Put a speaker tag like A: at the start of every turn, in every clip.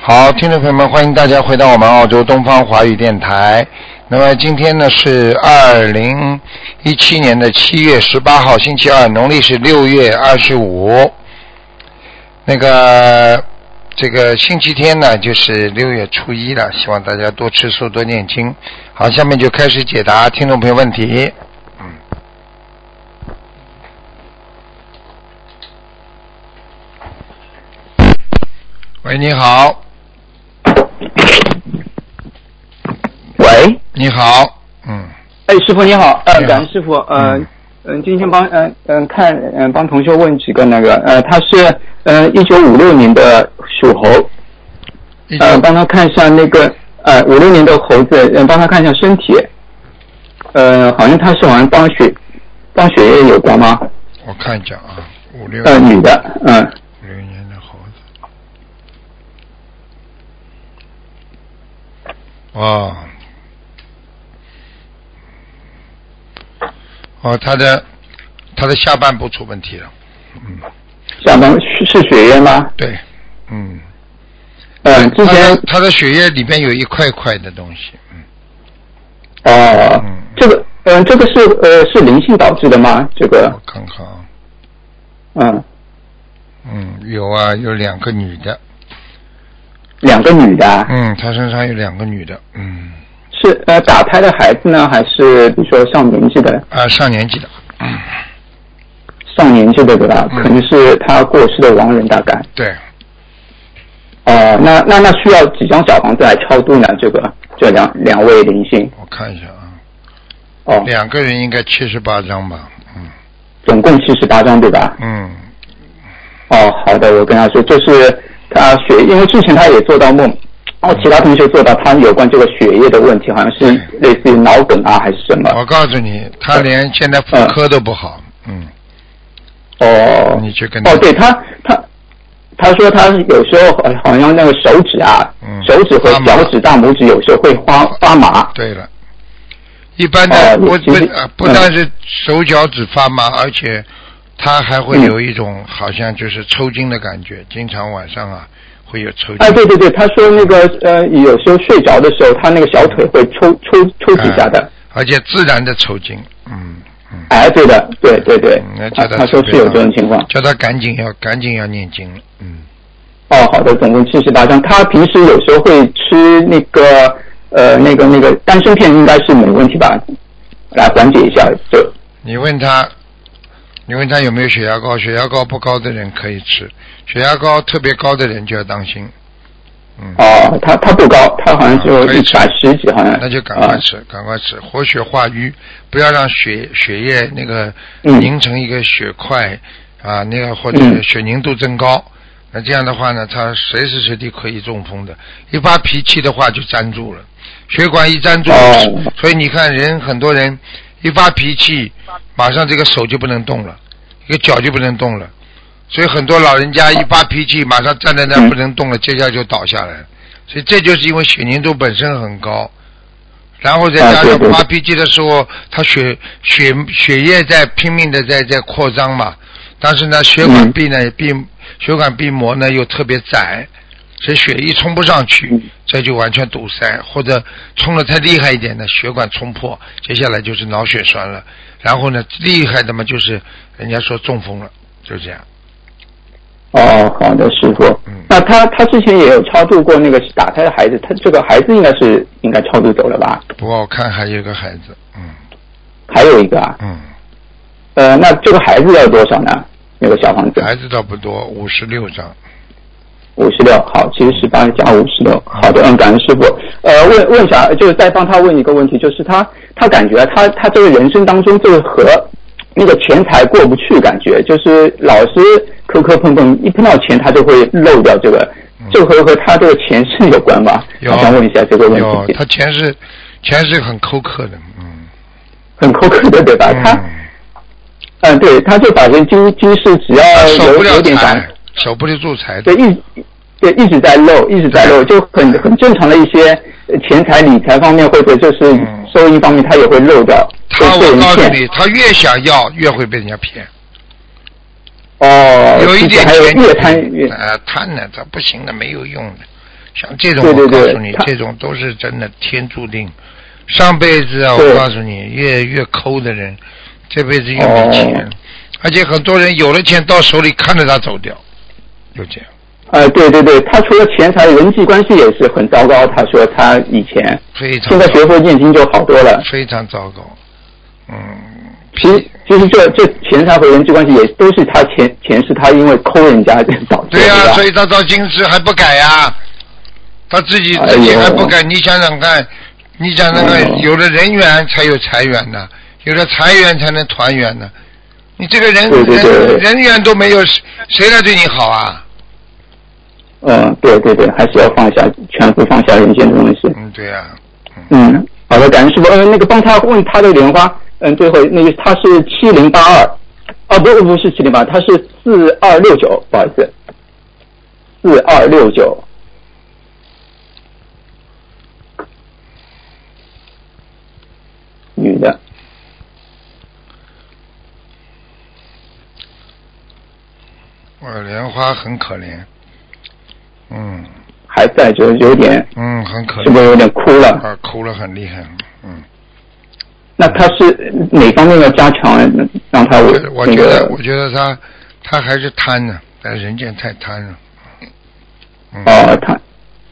A: 好，听众朋友们，欢迎大家回到我们澳洲东方华语电台。那么今天呢是二零一七年的七月十八号，星期二，农历是六月二十五。那个这个星期天呢就是六月初一了，希望大家多吃素，多念经。好，下面就开始解答听众朋友问题。嗯。嗯喂，你好，
B: 喂，
A: 你好，嗯，
B: 哎，师傅你好，呃
A: 你，好
B: 感恩师傅，呃
A: 嗯，
B: 嗯，今天帮，嗯嗯，看，嗯，帮同学问几个那个，呃，他是，呃，一九五六年的属猴，
A: 一
B: 呃，
A: 九
B: 帮他看一下那个，呃，五六年的猴子，嗯，帮他看一下身体，呃，好像他是好像帮血，帮血液有关吗？
A: 我看一下啊，五六
B: 呃，女的，嗯、
A: 五六年的猴子。哦，哦，他的他的下半部出问题了，嗯，
B: 下班是是血液吗？
A: 对，嗯，
B: 嗯、之
A: 他
B: 前
A: 的他的血液里边有一块块的东西，嗯，
B: 哦
A: 嗯，
B: 这个，嗯、这个是呃是灵性导致的吗？这个
A: 我，看看啊，
B: 嗯、
A: 嗯，有啊，有两个女的，
B: 两个女的啊，
A: 嗯，他身上有两个女的，嗯，
B: 是呃打胎的孩子呢，还是比如说上年纪的
A: 啊，上年纪的，嗯，
B: 上年纪的对吧？
A: 嗯
B: 可能是他过世的亡人大概。
A: 对，
B: 哦、那那那需要几张小房子来超度呢？这个这两两位灵性
A: 我看一下啊，
B: 哦，
A: 两个人应该七十八张吧，嗯
B: 总共七十八张对吧？
A: 嗯，
B: 哦，好的，我跟他说，这是他血，因为之前他也做到梦，然后其他同学做到他有关这个血液的问题，好像是类似于脑梗啊还是什么？
A: 我告诉你，他连现在妇科都不好，嗯，
B: 哦，
A: 你去跟他
B: 哦，对他他他说他有时候好好像那个手指啊，
A: 嗯
B: 手指和
A: 发麻
B: 脚趾、大拇指有时候会发发麻。
A: 对了，一般
B: 哦
A: 的不
B: 我
A: 不
B: 其实
A: 呃不
B: 嗯
A: 但是手脚趾发麻，而且他还会
B: 嗯
A: 有一种好像就是抽筋的感觉，经常晚上啊会有抽筋，
B: 哎，对对对，他说那个呃，有时候睡着的时候，他那个小腿会抽抽抽几下的。
A: 而且自然的抽筋，嗯嗯，
B: 哎，对的，对对对
A: 嗯那，
B: 他
A: 叫他
B: 他说是有这种情况。
A: 叫他赶紧要赶紧要念经了，嗯。
B: 哦，好的，总共七十八张。他平时有时候会吃那个呃那个那个丹参片，应该是没问题吧？来缓解一下这。
A: 你问他，你问他有没有血压高？血压高不高的人可以吃，血压高特别高的人就要当心。嗯，
B: 哦，他他不高，他好像就
A: 啊可以
B: 一
A: 吃
B: 百十几，好像。
A: 那就赶快
B: 啊
A: 吃，赶快吃，活血化瘀，不要让血血液那个
B: 嗯
A: 凝成一个血块、啊，那个或者
B: 嗯
A: 血凝度增高。那这样的话呢，他随时随地可以中风的，一发脾气的话就粘住了，血管一粘住，
B: 哦
A: 所以你看人很多人一发脾气，马上这个手就不能动了，一个脚就不能动了，所以很多老人家一发脾气，马上站在那儿
B: 嗯
A: 不能动了，接下来就倒下来了。所以这就是因为血凝度本身很高，然后再
B: 啊
A: 加
B: 对
A: 上
B: 对
A: 发脾气的时候，他血血血液在拼命的在在扩张嘛，但是呢，血管
B: 嗯
A: 壁呢壁血管壁膜呢又特别窄，所以血液冲不上去
B: 嗯，
A: 这就完全堵塞，或者冲的太厉害一点呢，血管冲破，接下来就是脑血栓了，然后呢，厉害的嘛就是人家说中风了，就这样。
B: 哦，好的，师傅。
A: 嗯
B: 那他他之前也有超度过那个打胎的孩子，他这个孩子应该是应该超度走了吧？
A: 不过我看还有一个孩子，嗯
B: 还有一个啊，
A: 嗯，
B: 呃，那这个孩子要多少呢？那个小房子
A: 孩子倒不多，五十六张。
B: 五十六，好，七十八加五十六，好的，嗯，感恩师傅。呃，问问一下，就是再帮他问一个问题，就是他他感觉啊他他这个人生当中就是和那个钱财过不去，感觉就是老是磕磕碰碰，一碰到钱他就会漏掉这个，这和和他这个前世有关吧？
A: 嗯有
B: 我想问一下这个问
A: 有
B: 题，
A: 他前世前世很苛刻的，嗯，
B: 很苛刻的对吧？啊他
A: 嗯，
B: 嗯、对，他就把这今今世只
A: 他
B: 要
A: 守不
B: 呃有
A: 了
B: 有点感
A: 财，守不得住财的
B: 对，，一直对一直在漏，一直在漏，就很很正常的一些呃钱财理财方面或者就是
A: 嗯
B: 收益方面，它也会漏掉，
A: 他
B: 会被
A: 我
B: 人
A: 告诉
B: 骗
A: 你，他越想要越会被人家骗，
B: 哦，
A: 有一
B: 并
A: 点
B: 且哦还有
A: 钱呃
B: 越贪越
A: 啊贪呢，这不行的，没有用的。像这种
B: 对对
A: 我告
B: 对
A: 诉你，
B: 他
A: 这种都是真的天注定。上辈子啊，
B: 对
A: 我告诉你，越越抠的人，这辈子越没
B: 哦
A: 钱，而且很多人有了钱到手里看着他走掉，就这样，
B: 呃，对对对，他除了钱财，人际关系也是很糟糕。他说他以前，
A: 非常
B: 现在
A: 糟
B: 学会念经就好多了。
A: 非常糟糕。嗯，
B: 其实其实这这钱财和人际关系也都是他前前世他因为抠人家导致的。
A: 对啊呀、
B: 吧
A: 所以他到今世还不改呀、他自己
B: 哎呦
A: 自己还不改，你想想看，你想想看，
B: 嗯
A: 有了人缘才有财源呐、有了财源才能团圆呐、你这个人
B: 对对对
A: 人人缘都没有，谁谁来对你好啊？
B: 嗯，对对对，还是要放下，全部放下人间的东西。
A: 嗯，对呀、
B: 嗯，好的，感恩师傅。嗯，那个帮他问他的莲花，嗯，最后那个他是七零八二，啊，不不是七零八，他是四二六九，不好意思，四二六九。女的，
A: 我的嗯莲花很可怜，嗯
B: 还在，就有点，
A: 嗯，很可
B: 是不
A: 怜，
B: 是有点哭了？
A: 啊，哭了很厉害，嗯，
B: 那他是哪方面要加强，让他
A: 我
B: 我
A: 我
B: 那
A: 觉得
B: 个
A: 我觉得他他还是贪呢、在人间太贪了，嗯。
B: 哦，他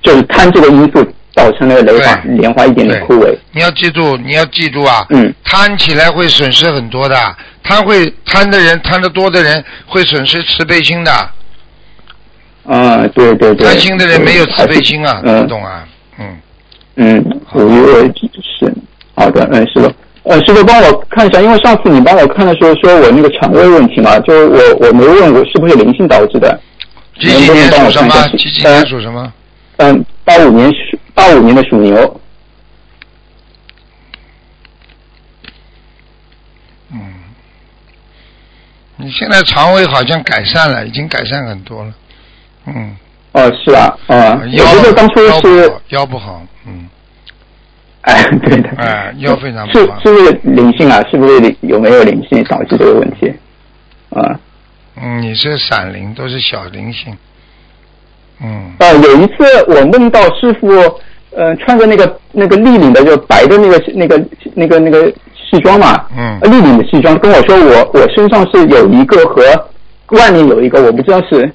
B: 就是贪这个因素造成了莲花
A: 对
B: 莲花一点点枯萎。
A: 你要记住，你要记住啊，
B: 嗯，
A: 贪起来会损失很多的，贪会贪的人，贪得多的人会损失慈悲心的，
B: 啊，对对对。
A: 贪心的人没有慈悲心啊，
B: 嗯
A: 不懂啊，嗯，
B: 嗯，五月是好的，嗯，师傅，呃，师傅帮我看一下，因为上次你帮我看的时候说我那个肠胃问题嘛，就是我我没问我是不是灵性导致的。
A: 几几年属什
B: 能不能帮我
A: 么
B: 看一？下
A: 几几年属什么？
B: 嗯，八五年属八五年的属牛，
A: 嗯，你现在肠胃好像改善了，已经改善很多了，嗯，
B: 哦、是吧？啊、
A: 腰
B: 我觉得当初
A: 腰不
B: 是
A: 好，腰不好，嗯，
B: 哎，对的，
A: 哎腰非常不
B: 是
A: 好
B: 是不是灵性啊？是不是灵有没有灵性导致这个问题？啊、
A: 嗯，你是闪灵，都是小灵性，嗯，
B: 呃，有一次我梦到师傅，呃，穿着那个那个立领的，就白的那个那个那个那个西装嘛，呃
A: 嗯
B: 立领的西装，跟我说我我身上是有一个和外面有一个，我不知道是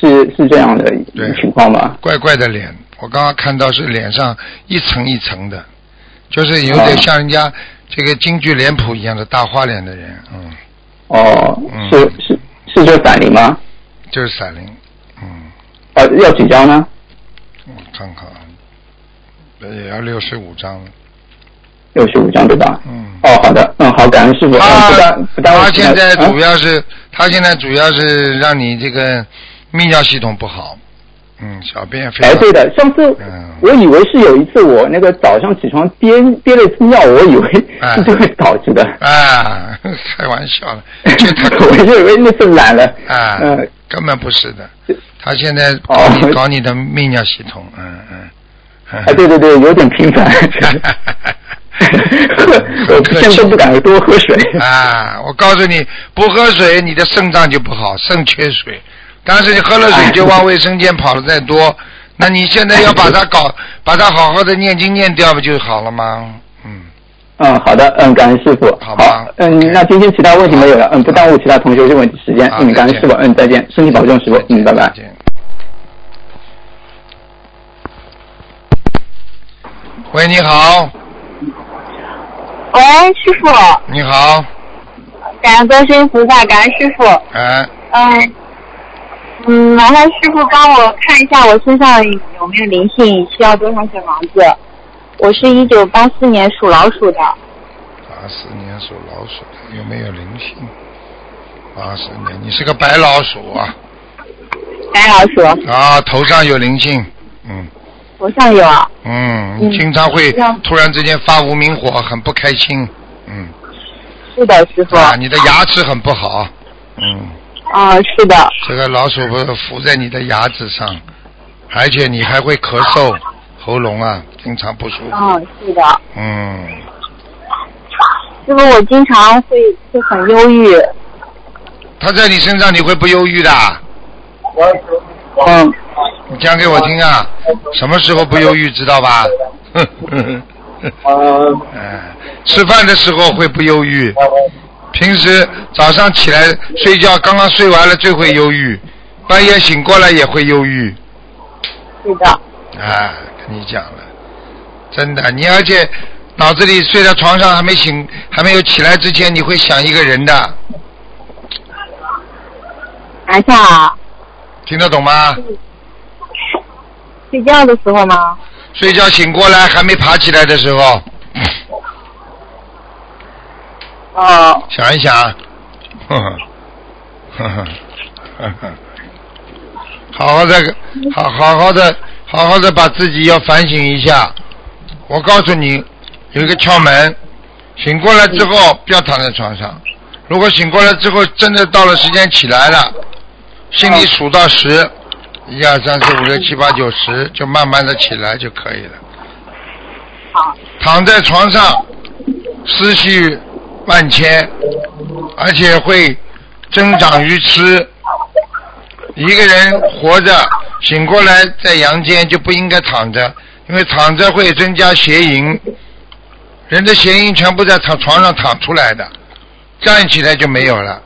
B: 是是这样的
A: 对
B: 情况吗？
A: 怪怪的脸，我刚刚看到是脸上一层一层的，就是有点
B: 啊
A: 像人家这个京剧脸谱一样的大花脸的人，嗯，
B: 哦，
A: 嗯
B: 是是是这反灵吗？
A: 就是闪灵，嗯，
B: 呃，要几张呢？
A: 我看看啊，也要六十五张了，
B: 六十五张对吧？
A: 嗯，
B: 哦，好的，嗯，好，感恩师傅。嗯不
A: 他
B: 耽不耽误
A: 他
B: 时间
A: 现在主
B: 啊
A: 要是、他现在主要是让你这个泌尿系统不好，嗯，小便非常
B: 哎，对的，上次
A: 嗯
B: 我以为是有一次我那个早上起床憋憋了一次尿，我以为
A: 哎
B: 是这个导致的，
A: 啊， 开玩笑 了，就他
B: 我就以为那次懒了。
A: 啊，
B: 嗯，
A: 根本不是的
B: 这，
A: 他现在
B: 哦
A: 搞你、搞你的泌尿系统，嗯嗯，
B: 哎，对对对，有点频繁，我
A: 很客
B: 现在都不敢多喝水。
A: 啊，我告诉你，不喝水，你的肾脏就不好，肾缺水。但是你喝了水
B: 哎
A: 就往卫生间跑的再多，那你现在要把它
B: 哎
A: 搞，把它好好的念经念掉不就好了吗？嗯，
B: 嗯，好的，嗯，感恩师傅。
A: 好
B: 好
A: 吧，OK
B: 嗯，那今天其他问题没有了，嗯，不耽误其他同学问题时间，
A: 好
B: 嗯，感
A: 再
B: 恩
A: 见
B: 师傅，嗯，再见，身体保重，师傅
A: 再，见
B: 嗯，拜拜
A: 再。见喂，你好，
C: 喂，师傅，
A: 你好，
C: 感恩观世音菩萨，感恩师傅。
A: 哎，
C: 嗯，嗯，麻烦师傅帮我看一下我身上有没有灵性，需要多少小房子？我是一九八四年属老鼠的，
A: 八四年属老鼠的有没有灵性？八四年，你是个白老鼠啊！
C: 白老鼠，
A: 啊，头上有灵性，嗯
C: 头上有啊。
A: 嗯，你
C: 嗯
A: 经常会
C: 这样
A: 突然之间发无名火，很不开心，嗯
C: 是的，师傅。
A: 啊，你的牙齿很不好，嗯，
C: 啊、是的，
A: 这个老鼠不是伏在你的牙齿上，而且你还会咳嗽，喉咙啊经常不舒服，
C: 嗯，是的。
A: 嗯，
C: 师傅，我经常会会很忧郁，
A: 它在你身上你会不忧郁的，
C: 嗯，
A: 你讲给我听啊，什么时候不忧郁知道吧？
B: 呃，
A: 嗯， 吃饭的时候会不忧郁，平时早上起来睡觉刚刚睡完了最会忧郁，半夜醒过来也会忧郁。
C: 是的，
A: 啊，跟你讲了，真的，你而且脑子里睡在床上还没醒，还没有起来之前，你会想一个人的，
C: 台长啊，
A: 听得懂吗？
C: 睡觉的时候吗？
A: 睡觉醒过来还没爬起来的时候，
C: 哦，
A: 想一 想，呵呵，呵呵，呵呵，好好的，好好好的，好好的把自己要反省一下。我告诉你，有一个窍门，醒过来之后不要躺在床上。如果醒过来之后真的到了时间起来了，心里数到十，一二三四五六七八九十，就慢慢的起来就可以了。
C: 好，
A: 躺在床上，思绪万千，而且会增长于痴。一个人活着，醒过来在阳间就不应该躺着，因为躺着会增加邪淫，人的邪淫全部在躺床上躺出来的，站起来就没有了。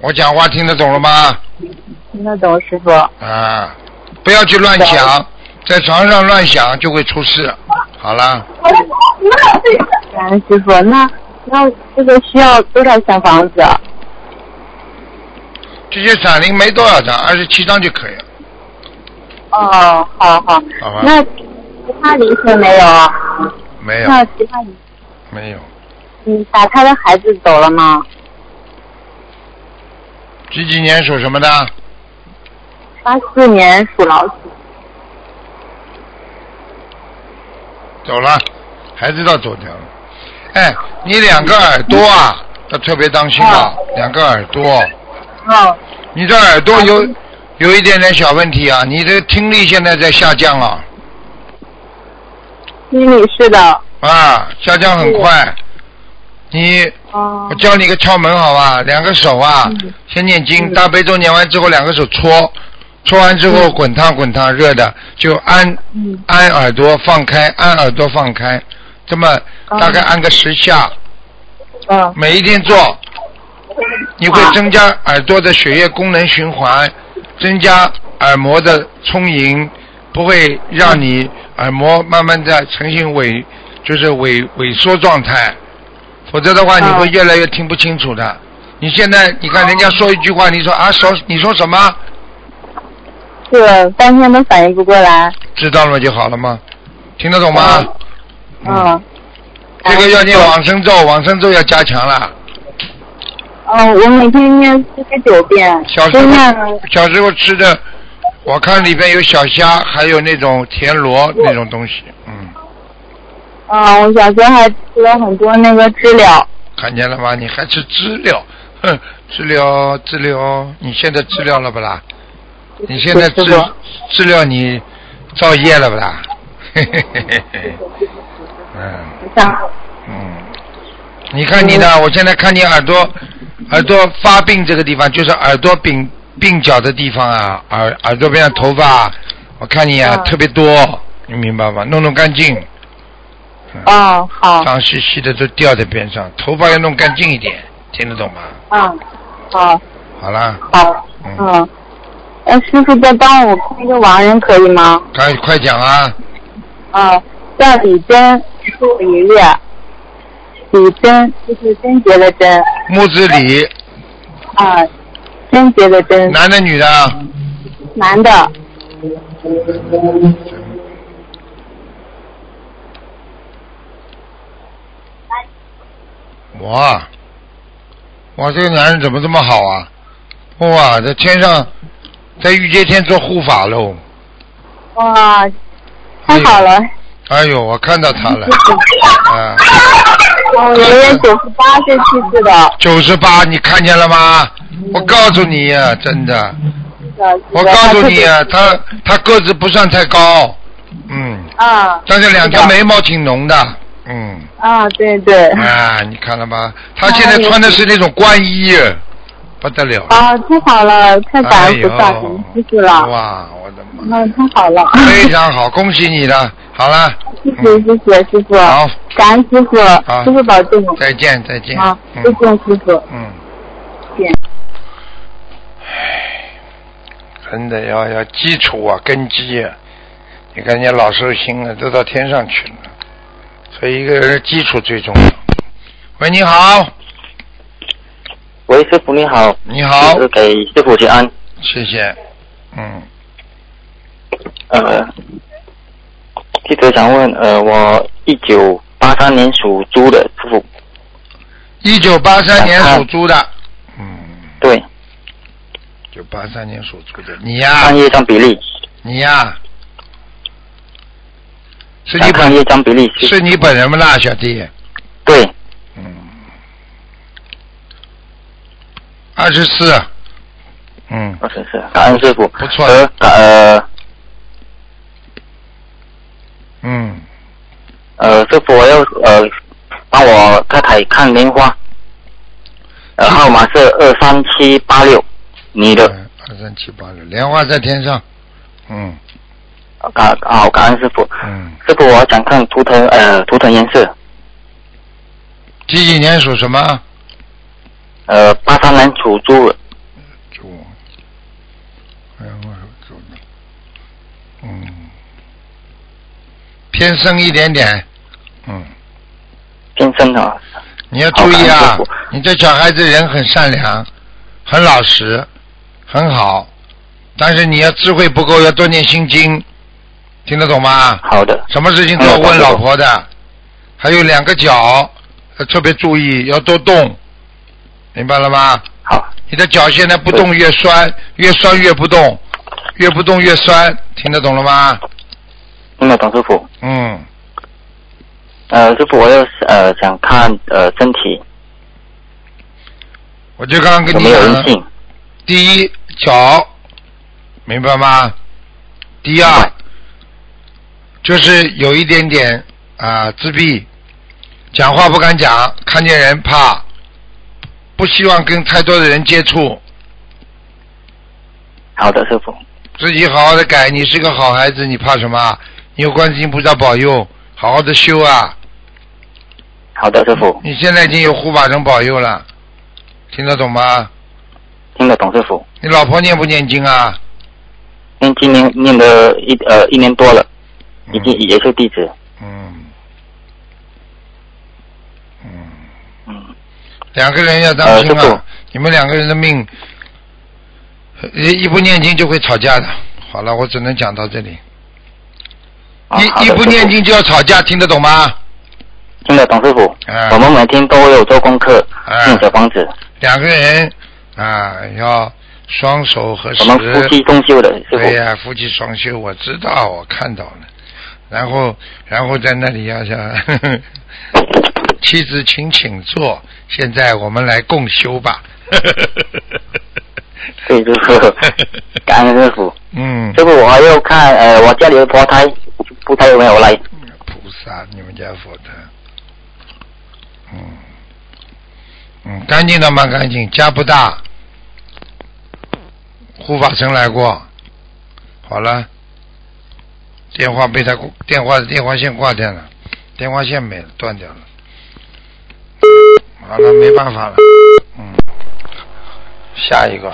A: 我讲话听得懂了吗？
C: 听得懂师傅。
A: 啊，不要去乱想，在床上乱想就会出事。好了，
C: 感恩师傅，那那这个需要多少小房子？
A: 这些散灵没多少张，二十七张就可以了。
C: 哦，好好
A: 好吧。
C: 那其他灵性没有？啊
A: 没有，
C: 那其他灵，
A: 没有，
C: 嗯，打他的孩子走了吗？
A: 几几年属什么的？
C: 八四年属老鼠。
A: 走了，孩子倒走掉了。哎，你两个耳朵啊，要特别当心啊，两个耳朵，
C: 哦，
A: 你这耳朵有有一点点小问题啊，你这个听力现在在下降啊，
C: 心里是的。
A: 啊，下降很快。你
C: 哦
A: 我。教你一个窍门，好吧？两个手啊，
C: 嗯
A: 先念经，大悲咒念完之后，两个手搓，搓完之后滚烫滚烫热的，就按
C: 嗯
A: 按耳朵放开，按耳朵放开，这么
C: 哦
A: 大概按个十下，
C: 嗯
A: 每一天做，你会
C: 啊
A: 增加耳朵的血液功能循环，增加耳膜的充盈，不会让你耳膜慢慢的呈现萎，就是萎萎缩状态，否则的话
C: 啊
A: 你会越来越听不清楚的。你现在你
C: 哦
A: 看人家说一句话，你说啊说你说什么，
C: 是半天都反应不过来。
A: 知道了就好了吗？听得懂吗
C: 啊？嗯。
A: 这个要念
C: 感恩师
A: 往生咒，往生咒要加强了。
C: 傅。嗯，我每天念四十九遍，
A: 小时
C: 都念
A: 候
C: 了。
A: 小时候吃的，我看里边有小虾，还有那种田螺那种东西，嗯，
C: 嗯，我小时候还吃了很多那个知了。
A: 看见了吗？你还吃知了，哼，知了知了，你现在知了了不啦？你现在知
C: 师傅
A: 知了你造业了不啦？嘿嘿嘿嘿嘿，嗯
C: 像
A: 嗯，你看你的，我现在看你耳朵耳朵发病这个地方，就是耳朵鬓鬓角的地方啊，耳耳朵边的头发啊，我看你啊、
C: 嗯
A: 特别多，你明白吗？弄弄干净，
C: 哦，好，
A: 脏兮兮的都掉在边上，头发要弄干净一点，听得懂吗？
C: 嗯，好，
A: 好啦，
C: 好，
A: 嗯
C: 嗯，呃，师傅再帮我看一个亡人可以吗？
A: 快快讲啊，
C: 啊，叫李珍，是我爷爷，李珍就是贞洁的贞，
A: 木子李，
C: 啊，贞洁的贞，
A: 男的女的啊？
C: 男的，
A: 我啊，我这个男人怎么这么好啊？哇，在天上，在御界天做护法喽。
C: 哇，
A: 啊
C: 太好了，
A: 哎呦，我看到他了，啊，
C: 啊我爷爷九十八岁去世的，
A: 九十八，你看见了吗？我告诉你呀、真的，
C: 是的是的
A: 我告诉你啊呀、
C: 他特
A: 他他个子不算太高，嗯，
C: 别啊，
A: 但是两条
C: 是的
A: 眉毛挺浓的，嗯，
C: 啊，对对，
A: 啊，你看了吗？他现在穿的是那种官衣，不得了了。
C: 啊，太好了，太感
A: 哎
C: 恩
A: 呦
C: 菩萨，感恩师傅了。
A: 哇，哎我的妈！
C: 那太好了，
A: 非常好，恭喜你了。好了，
C: 谢谢谢谢师傅，
A: 嗯好，
C: 感恩师傅，
A: 好
C: 师傅保重，
A: 再见，再见。
C: 好，
A: 嗯
C: 再见师傅，
A: 嗯，
C: 见。
A: 真的要要基础啊，根基啊，你看人家老寿星了，都到天上去了，所以一个人的基础最重要。喂，你好，
D: 喂，师傅你好。
A: 你好
D: 弟，子给师傅请安。
A: 谢谢，嗯，
D: 呃，记者想问，呃，我一九八三年属猪的师傅，
A: 一九八三年属猪的，啊嗯，
D: 对，
A: 九八三年属猪的，你呀、
D: 看业障比例，
A: 你呀、是
D: 想
A: 你
D: 看
A: 本
D: 业障比例
A: 是你本人吗，啦，小弟？
D: 对，
A: 嗯，二十四，嗯，
D: 二十四，感恩师傅。
A: 不错
D: 呃，感呃
A: 嗯，
D: 呃，师傅我要呃帮我太太看莲花，呃号码是二三七八六，你的
A: 二二三七八六，莲花在天上，嗯
D: 感好感恩师傅。
A: 嗯，
D: 师傅我想看图腾呃图腾颜色，
A: 几几年属什么？
D: 呃八三年属猪的。
A: 猪，莲花属猪的，嗯，偏深一点点，嗯，
D: 先生啊，
A: 你要注意
D: 好
A: 啊
D: 感恩师父，
A: 你这小孩子人很善良，很老实，很好，但是你要智慧不够，要多念心经，听得懂吗？
D: 好的，
A: 什么事情都要问老婆的。还有两个脚，要特别注意，要多动，明白了吗？
D: 好，
A: 你的脚现在不动越酸，越酸越不动，越不动越酸，听得懂了吗？
D: 听得懂师傅。
A: 嗯，
D: 呃，师傅，我要呃想看呃身体
A: 我就刚刚跟
D: 有
A: 你
D: 没有
A: 讲
D: 人
A: 了，
D: 性，
A: 第一脚，明白吗？第二
D: 明白
A: 就是有一点点啊、自闭，讲话不敢讲，看见人怕，不希望跟太多的人接触。
D: 好的，师傅，
A: 自己好好的改，你是个好孩子，你怕什么啊？你有观世音菩萨保佑，好好的修啊！
D: 好的，师傅，
A: 你现在已经有护法神保佑了，听得懂吗？
D: 听得懂师傅。
A: 你老婆念不念经啊？
D: 因为今年念了一呃一年多了，已经
A: 嗯
D: 也是弟子，
A: 嗯嗯，
D: 嗯，
A: 两个人要当心
D: 呃师父
A: 啊！你们两个人的命，呃一一不念经就会吵架的。好了，我只能讲到这里。
D: 啊、好
A: 一
D: 的
A: 一不念，
D: 师
A: 经就要吵架，听得懂吗？
D: 父听得懂师傅。
A: 啊
D: 我们每天都有做功课，
A: 啊
D: 念小房子，
A: 两个人啊，要双手合十
D: 我。们夫妻共修的师
A: 对
D: 傅，
A: 呀、夫妻双修，我知道，我看到了。然后，然后在那里要想， 妻子请请坐。现在我们来共修吧。
D: 对师 傅，感恩师傅。
A: 嗯，
D: 师傅，我还要看呃我家里的佛台，佛台有没有来？
A: 菩萨，你们家佛台，嗯嗯，干净的蛮干净，家不大。护法神来过，好了，电话被他挂电话电话线挂掉了，电话线没了，断掉了，好了，没办法了，嗯，下一个。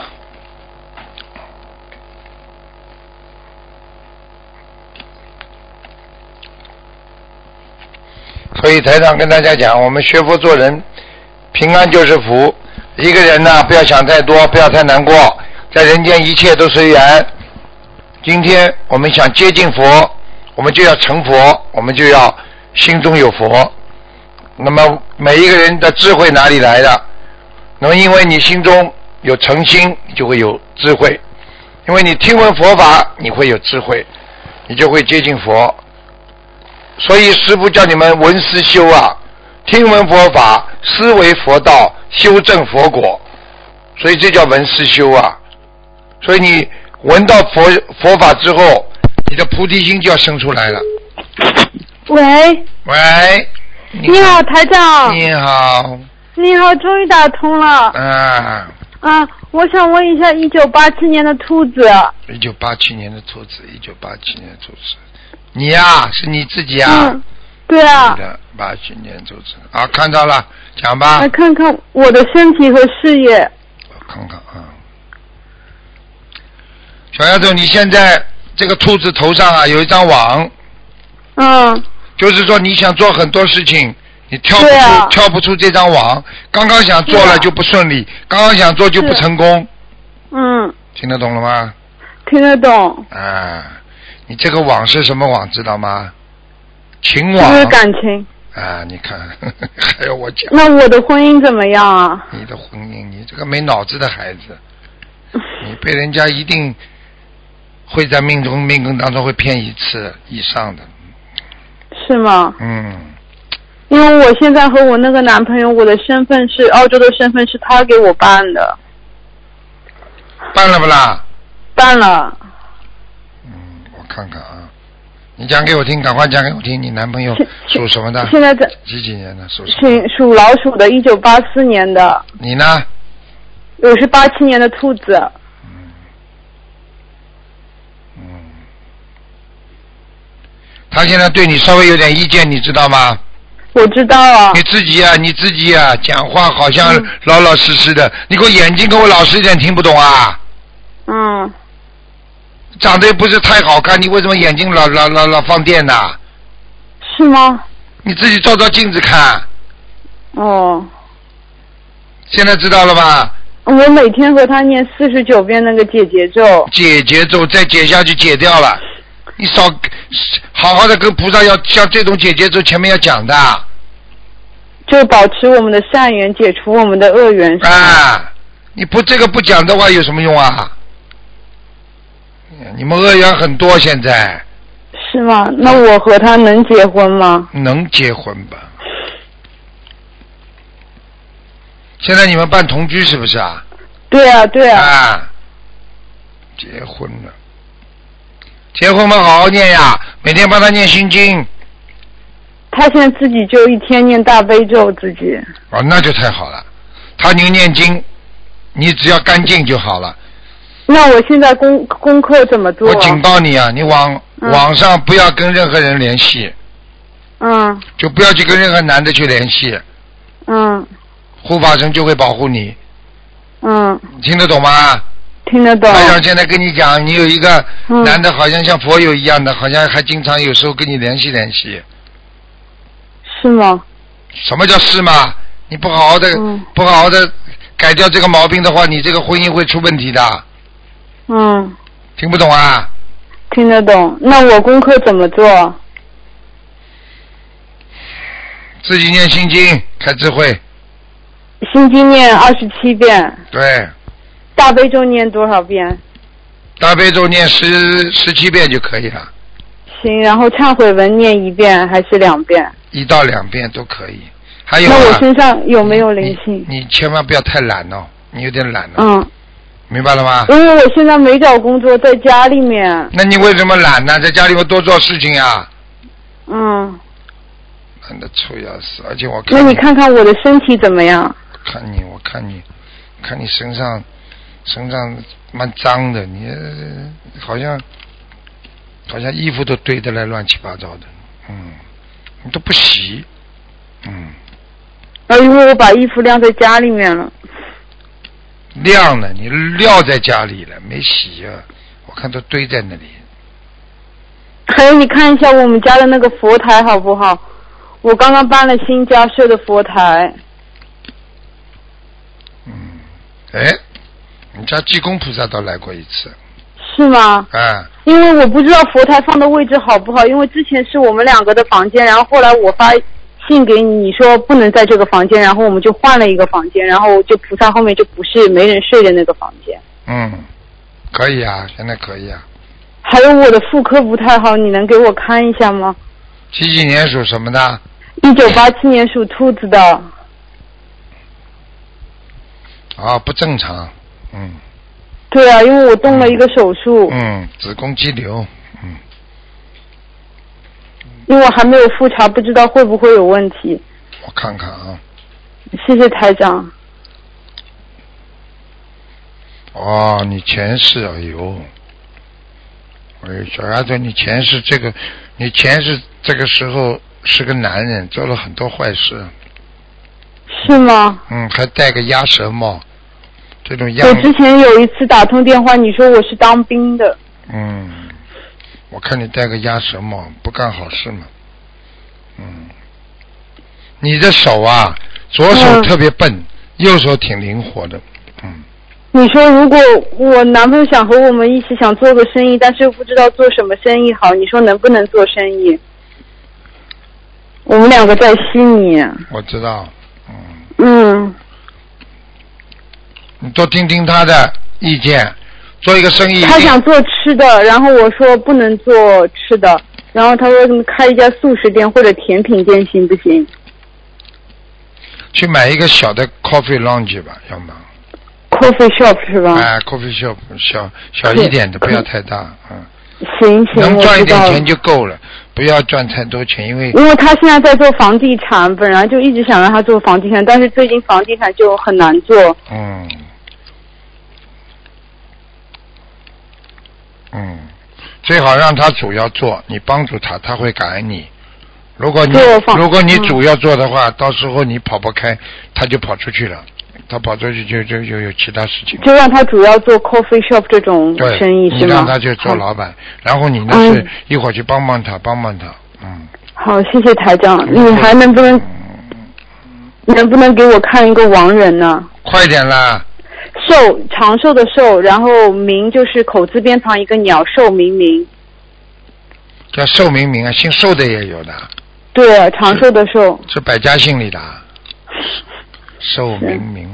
A: 所以台长跟大家讲，我们学佛做人，平安就是福。一个人呢，不要想太多，不要太难过，在人间一切都随缘。今天我们想接近佛，我们就要成佛，我们就要心中有佛。那么每一个人的智慧哪里来的？那么因为你心中有诚心，你就会有智慧；因为你听闻佛法，你会有智慧，你就会接近佛。所以师父叫你们闻思修啊，听闻佛法，思维佛道，修正佛果，所以这叫闻思修啊。所以你闻到佛佛法之后，你的菩提心就要生出来了。
E: 喂，
A: 喂，
E: 你好，台长，
A: 你好，
E: 你好，终于打通了。
A: 啊，
E: 啊，我想问一下，一九八七年的兔子，
A: 一九八七年的兔子，一九八七年的兔子，你呀、是你自己啊？
E: 嗯，对啊
A: 你，的八七年兔子啊，看到了，讲吧
E: 来，看看我的身体和事业。
A: 我看看啊。小丫头，你现在这个兔子头上啊有一张网，
E: 嗯，
A: 就是说你想做很多事情，你跳不出、
E: 对啊
A: 跳不出这张网，刚刚想做
E: 对
A: 了
E: 啊
A: 就不顺利，刚刚想做就不
E: 是啊
A: 成功，
E: 嗯，
A: 听得懂了吗？
E: 听得懂，
A: 啊，你这个网是什么网知道吗？情
E: 就
A: 网
E: 是感情。
A: 啊，你看 还要我讲
E: 那我的婚姻怎么样啊？
A: 你的婚姻，你这个没脑子的孩子，你被人家一定会在命中命根当中会骗一次以上的，
E: 是吗？
A: 嗯，
E: 因为我现在和我那个男朋友，我的身份是澳洲的身份是他给我办的，
A: 办了不啦？
E: 办了。
A: 嗯，我看看啊，你讲给我听，赶快讲给我听，你男朋友
E: 现
A: 属什么的？
E: 现在在
A: 几几年的？属什么
E: 请？属老鼠的，一九八四年的，
A: 你呢？
E: 我是八七年的兔子。
A: 嗯，嗯，他现在对你稍微有点意见，你知道吗？
E: 哦我知道啊
A: 你，自己呀、你自己呀、讲话好像
E: 嗯
A: 老老实实的，你给我眼睛给我老实一点，听不懂啊？
E: 嗯，
A: 长得又不是太好看，你为什么眼睛老老老老放电呐、
E: 是吗？
A: 你自己照照镜子看，
E: 哦，
A: 现在知道了吧？
E: 我每天和他念四十九遍那个解结咒。
A: 解节奏再解下去解掉了，你少好好的跟菩萨要像这种解节奏前面要讲的
E: 就保持我们的善缘，解除我们的恶缘。是吗，
A: 啊！你不这个不讲的话有什么用啊？你们恶缘很多，现在
E: 是吗？那我和他能结婚吗？
A: 能结婚吧？现在你们办同居是不是啊？
E: 对啊，对啊，
A: 啊，结婚了，结婚嘛，好好念呀，每天帮他念心经，
E: 他现在自己就一天念大悲咒，自己。
A: 哦，那就太好了。他您念经，你只要干净就好了。
E: 那我现在功功课怎么做
A: 我？警告你啊，你网、
E: 哦嗯
A: 网上不要跟任何人联系，
E: 嗯
A: 就不要去跟任何男的去联系，
E: 嗯
A: 护法神就会保护你，
E: 嗯，
A: 你听得懂吗？
E: 听得懂。
A: 台长现在跟你讲，你有一个
E: 哦嗯
A: 男的，好像像佛友一样的，好像还经常有时候跟你联系联系。
E: 是吗？
A: 什么叫是嘛？你不好好的、
E: 嗯
A: 不好好的改掉这个毛病的话，你这个婚姻会出问题的。
E: 嗯，
A: 听不懂啊？
E: 听得懂。那我功课怎么做？
A: 自己念心经，开智慧，
E: 心经念二十七遍，
A: 对，
E: 大悲咒念多少遍？
A: 大悲咒念十十七遍就可以了，
E: 行，然后忏悔文念一遍还是两遍？
A: 一到两遍都可以。还有
E: 那我
A: 啊，
E: 身上有没有灵
A: 你
E: 性？
A: 你你千万不要太懒哦，你有点懒哦，
E: 嗯，
A: 明白了吗？
E: 因为我现在没找工作，在家里面。
A: 那你为什么懒呢？在家里我多做事情啊，
E: 嗯，
A: 懒得臭要死。而且我
E: 那
A: 看
E: 你看看我的身体怎么样？
A: 看你，我看你，看你身上身上蛮脏的，你呃好像好像衣服都堆得来乱七八糟的，嗯，你都不洗，嗯。
E: 呃，因为我把衣服晾在家里面了。
A: 晾了，你撂在家里了，没洗啊，我看都堆在那里。
E: 还有，你看一下我们家的那个佛台好不好？我刚刚搬了新家，设的佛台。
A: 嗯，哎，你家济公菩萨倒来过一次，
E: 是吗？
A: 啊，
E: 因为我不知道佛台放的位置好不好，因为之前是我们两个的房间，然后后来我发信给你，你说不能在这个房间，然后我们就换了一个房间，然后就菩萨后面就不是没人睡的那个房间。
A: 嗯，可以啊，现在可以啊。
E: 还有我的妇科不太好，你能给我看一下吗？
A: 几几年属什么的？
E: 一九八七年属兔子的，
A: 啊，不正常，嗯
E: 对啊，因为我动了一个手术，
A: 嗯，子宫肌瘤，嗯，
E: 因为我还没有复查，不知道会不会有问题。
A: 我看看啊，
E: 谢谢台长。
A: 哦，你前世，哎呦，哎呦，小丫头，你前世这个，你前世这个时候是个男人，做了很多坏事，
E: 是吗？
A: 嗯，还戴个鸭舌帽，这种样
E: 我，之前有一次打通电话，你说我是当兵的，
A: 嗯，我看你戴个鸭舌帽，不干好事嘛，嗯，你的手啊，左手
E: 嗯
A: 特别笨，右手挺灵活的，嗯，
E: 你说如果我男朋友想和我们一起想做个生意，但是又不知道做什么生意好，你说能不能做生意？我们两个在悉尼，
A: 我知道，嗯。
E: 嗯，
A: 你多听听他的意见，做一个生意。
E: 他想做吃的，然后我说不能做吃的，然后他说你开一家素食店或者甜品店行不行？
A: 去买一个小的 coffee lounge 吧，要么
E: Coffee shop 是吧？
A: 哎，coffee shop 小小一点的，
E: 可
A: 不
E: 以
A: 要太大，嗯，
E: 行行，
A: 能
E: 我
A: 赚一
E: 知
A: 点
E: 道了
A: 钱。就够了，不要赚太多钱，因为
E: 因为他现在在做房地产，本来就一直想让他做房地产，但是最近房地产就很难做。
A: 嗯嗯，最好让他主要做，你帮助他，他会感恩你。如果你
E: 对我放
A: 如果你
E: 嗯
A: 主要做的话，到时候你跑不开，他就跑出去了，他跑出去就就就有其他事情了。
E: 就让他主要做 coffee shop 这种
A: 对，
E: 生意
A: 你
E: 是吗？
A: 让他去做老板，然后你呢
E: 嗯
A: 是一会儿去帮帮他，帮帮他，嗯。
E: 好。好，谢谢台长。你
A: 嗯
E: 还能不能
A: 嗯
E: 能不能给我看一个亡人呢？
A: 快点啦！
E: 寿长寿的寿，然后明就是口字边旁一个鸟，寿明明。
A: 叫寿明明啊，姓寿的也有的，
E: 对，长寿的寿。
A: 是百家姓里的啊。寿明明，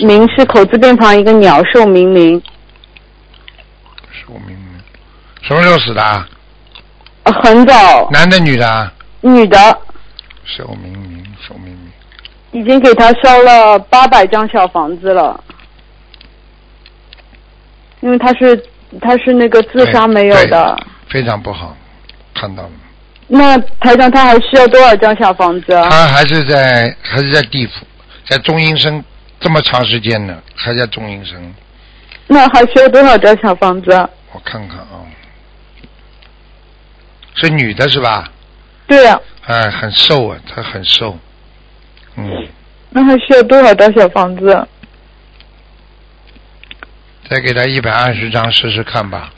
E: 明是口字边旁一个鸟，寿明明。
A: 寿明明，什么时候死的啊？
E: 呃很早，
A: 男的女的啊？
E: 女的
A: 寿明明，寿明明，
E: 已经给他烧了八百张小房子了，因为他是他是那个自杀
A: 对
E: 没有的。
A: 非常不好，看到了。
E: 那台长他还需要多少张小房子啊？
A: 他还是在还是在地府，在中阴身这么长时间呢，还在中阴身。
E: 那还需要多少张小房子啊？
A: 我看看啊，是女的是吧？
E: 对啊，
A: 哎，很瘦啊，她很瘦。嗯，
E: 那还需要多少张小房子啊？
A: 再给她一百二十张试试看吧。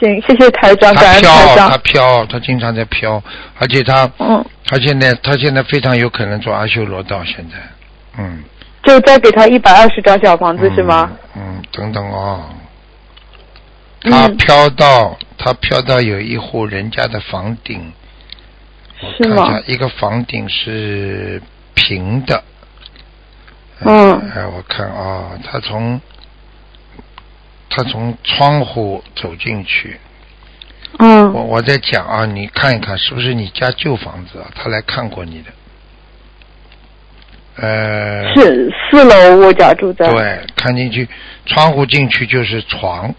E: 行，谢谢台长，感
A: 她
E: 恩台
A: 飘，她
E: 长。
A: 飘，她经常在飘，而且她，
E: 嗯，
A: 她现在，她现在非常有可能做阿修罗道。现在，嗯，
E: 就再给他一百二十张小房子、是吗？
A: 嗯？嗯，等等哦。她
E: 嗯，
A: 飘到，她飘到有一户人家的房顶，
E: 是
A: 看一下
E: 吗？
A: 一个房顶是平的。
E: 嗯
A: 哎，我看啊、他从他从窗户走进去。我
E: 嗯，
A: 我在讲啊，你看一看是不是你家旧房子啊？他来看过你的。呃，
E: 是四楼我家住在。
A: 对，看进去，窗户进去就是床，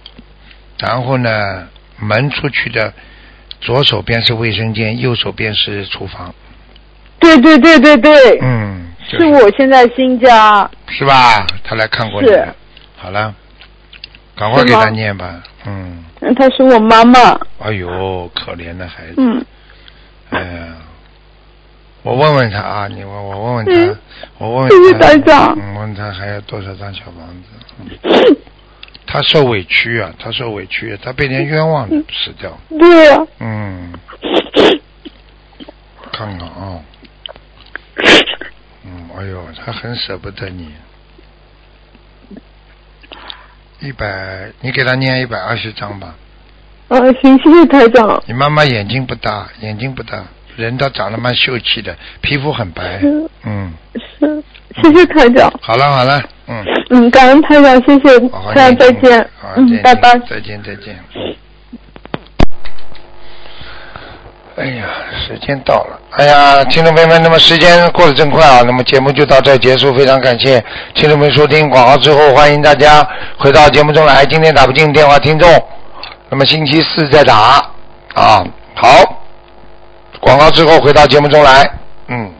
A: 然后呢，门出去的左手边是卫生间，右手边是厨房。
E: 对对对对对，
A: 嗯，就是
E: 我现在新家。
A: 是吧？他来看过你
E: 是
A: 的。好了，赶快给
E: 是吗
A: 他念吧。嗯，
E: 嗯，她是我妈妈。
A: 哎呦，可怜的孩子。
E: 嗯，
A: 哎呀，我问问他啊，你我我问问他，
E: 嗯
A: 我问
E: 谢谢
A: 问他，
E: 台长
A: 嗯，问他还要多少张小房子？嗯他受委屈啊，他受委屈，他被人冤枉的死掉。
E: 对呀、
A: 嗯，看看啊、嗯，哎呦，他很舍不得你。一百，你给他念一百二十章吧。
E: 啊，行，谢谢台长。
A: 你妈妈眼睛不大，眼睛不大，人倒长得蛮秀气的，皮肤很白。
E: 是
A: 嗯，
E: 是，谢谢台长。
A: 好了好了，嗯，
E: 嗯，感恩台长，谢谢
A: 好好
E: 大家
A: 念经
E: 再见
A: 好。好念
E: 嗯，
A: 经
E: 拜拜。
A: 再见再见。哎呀，时间到了。哎呀，听众朋友们，那么时间过得真快啊。那么节目就到这儿结束，非常感谢听众们收听广告之后，欢迎大家回到节目中来。今天打不进电话，听众，那么星期四再打啊。好，广告之后回到节目中来，嗯。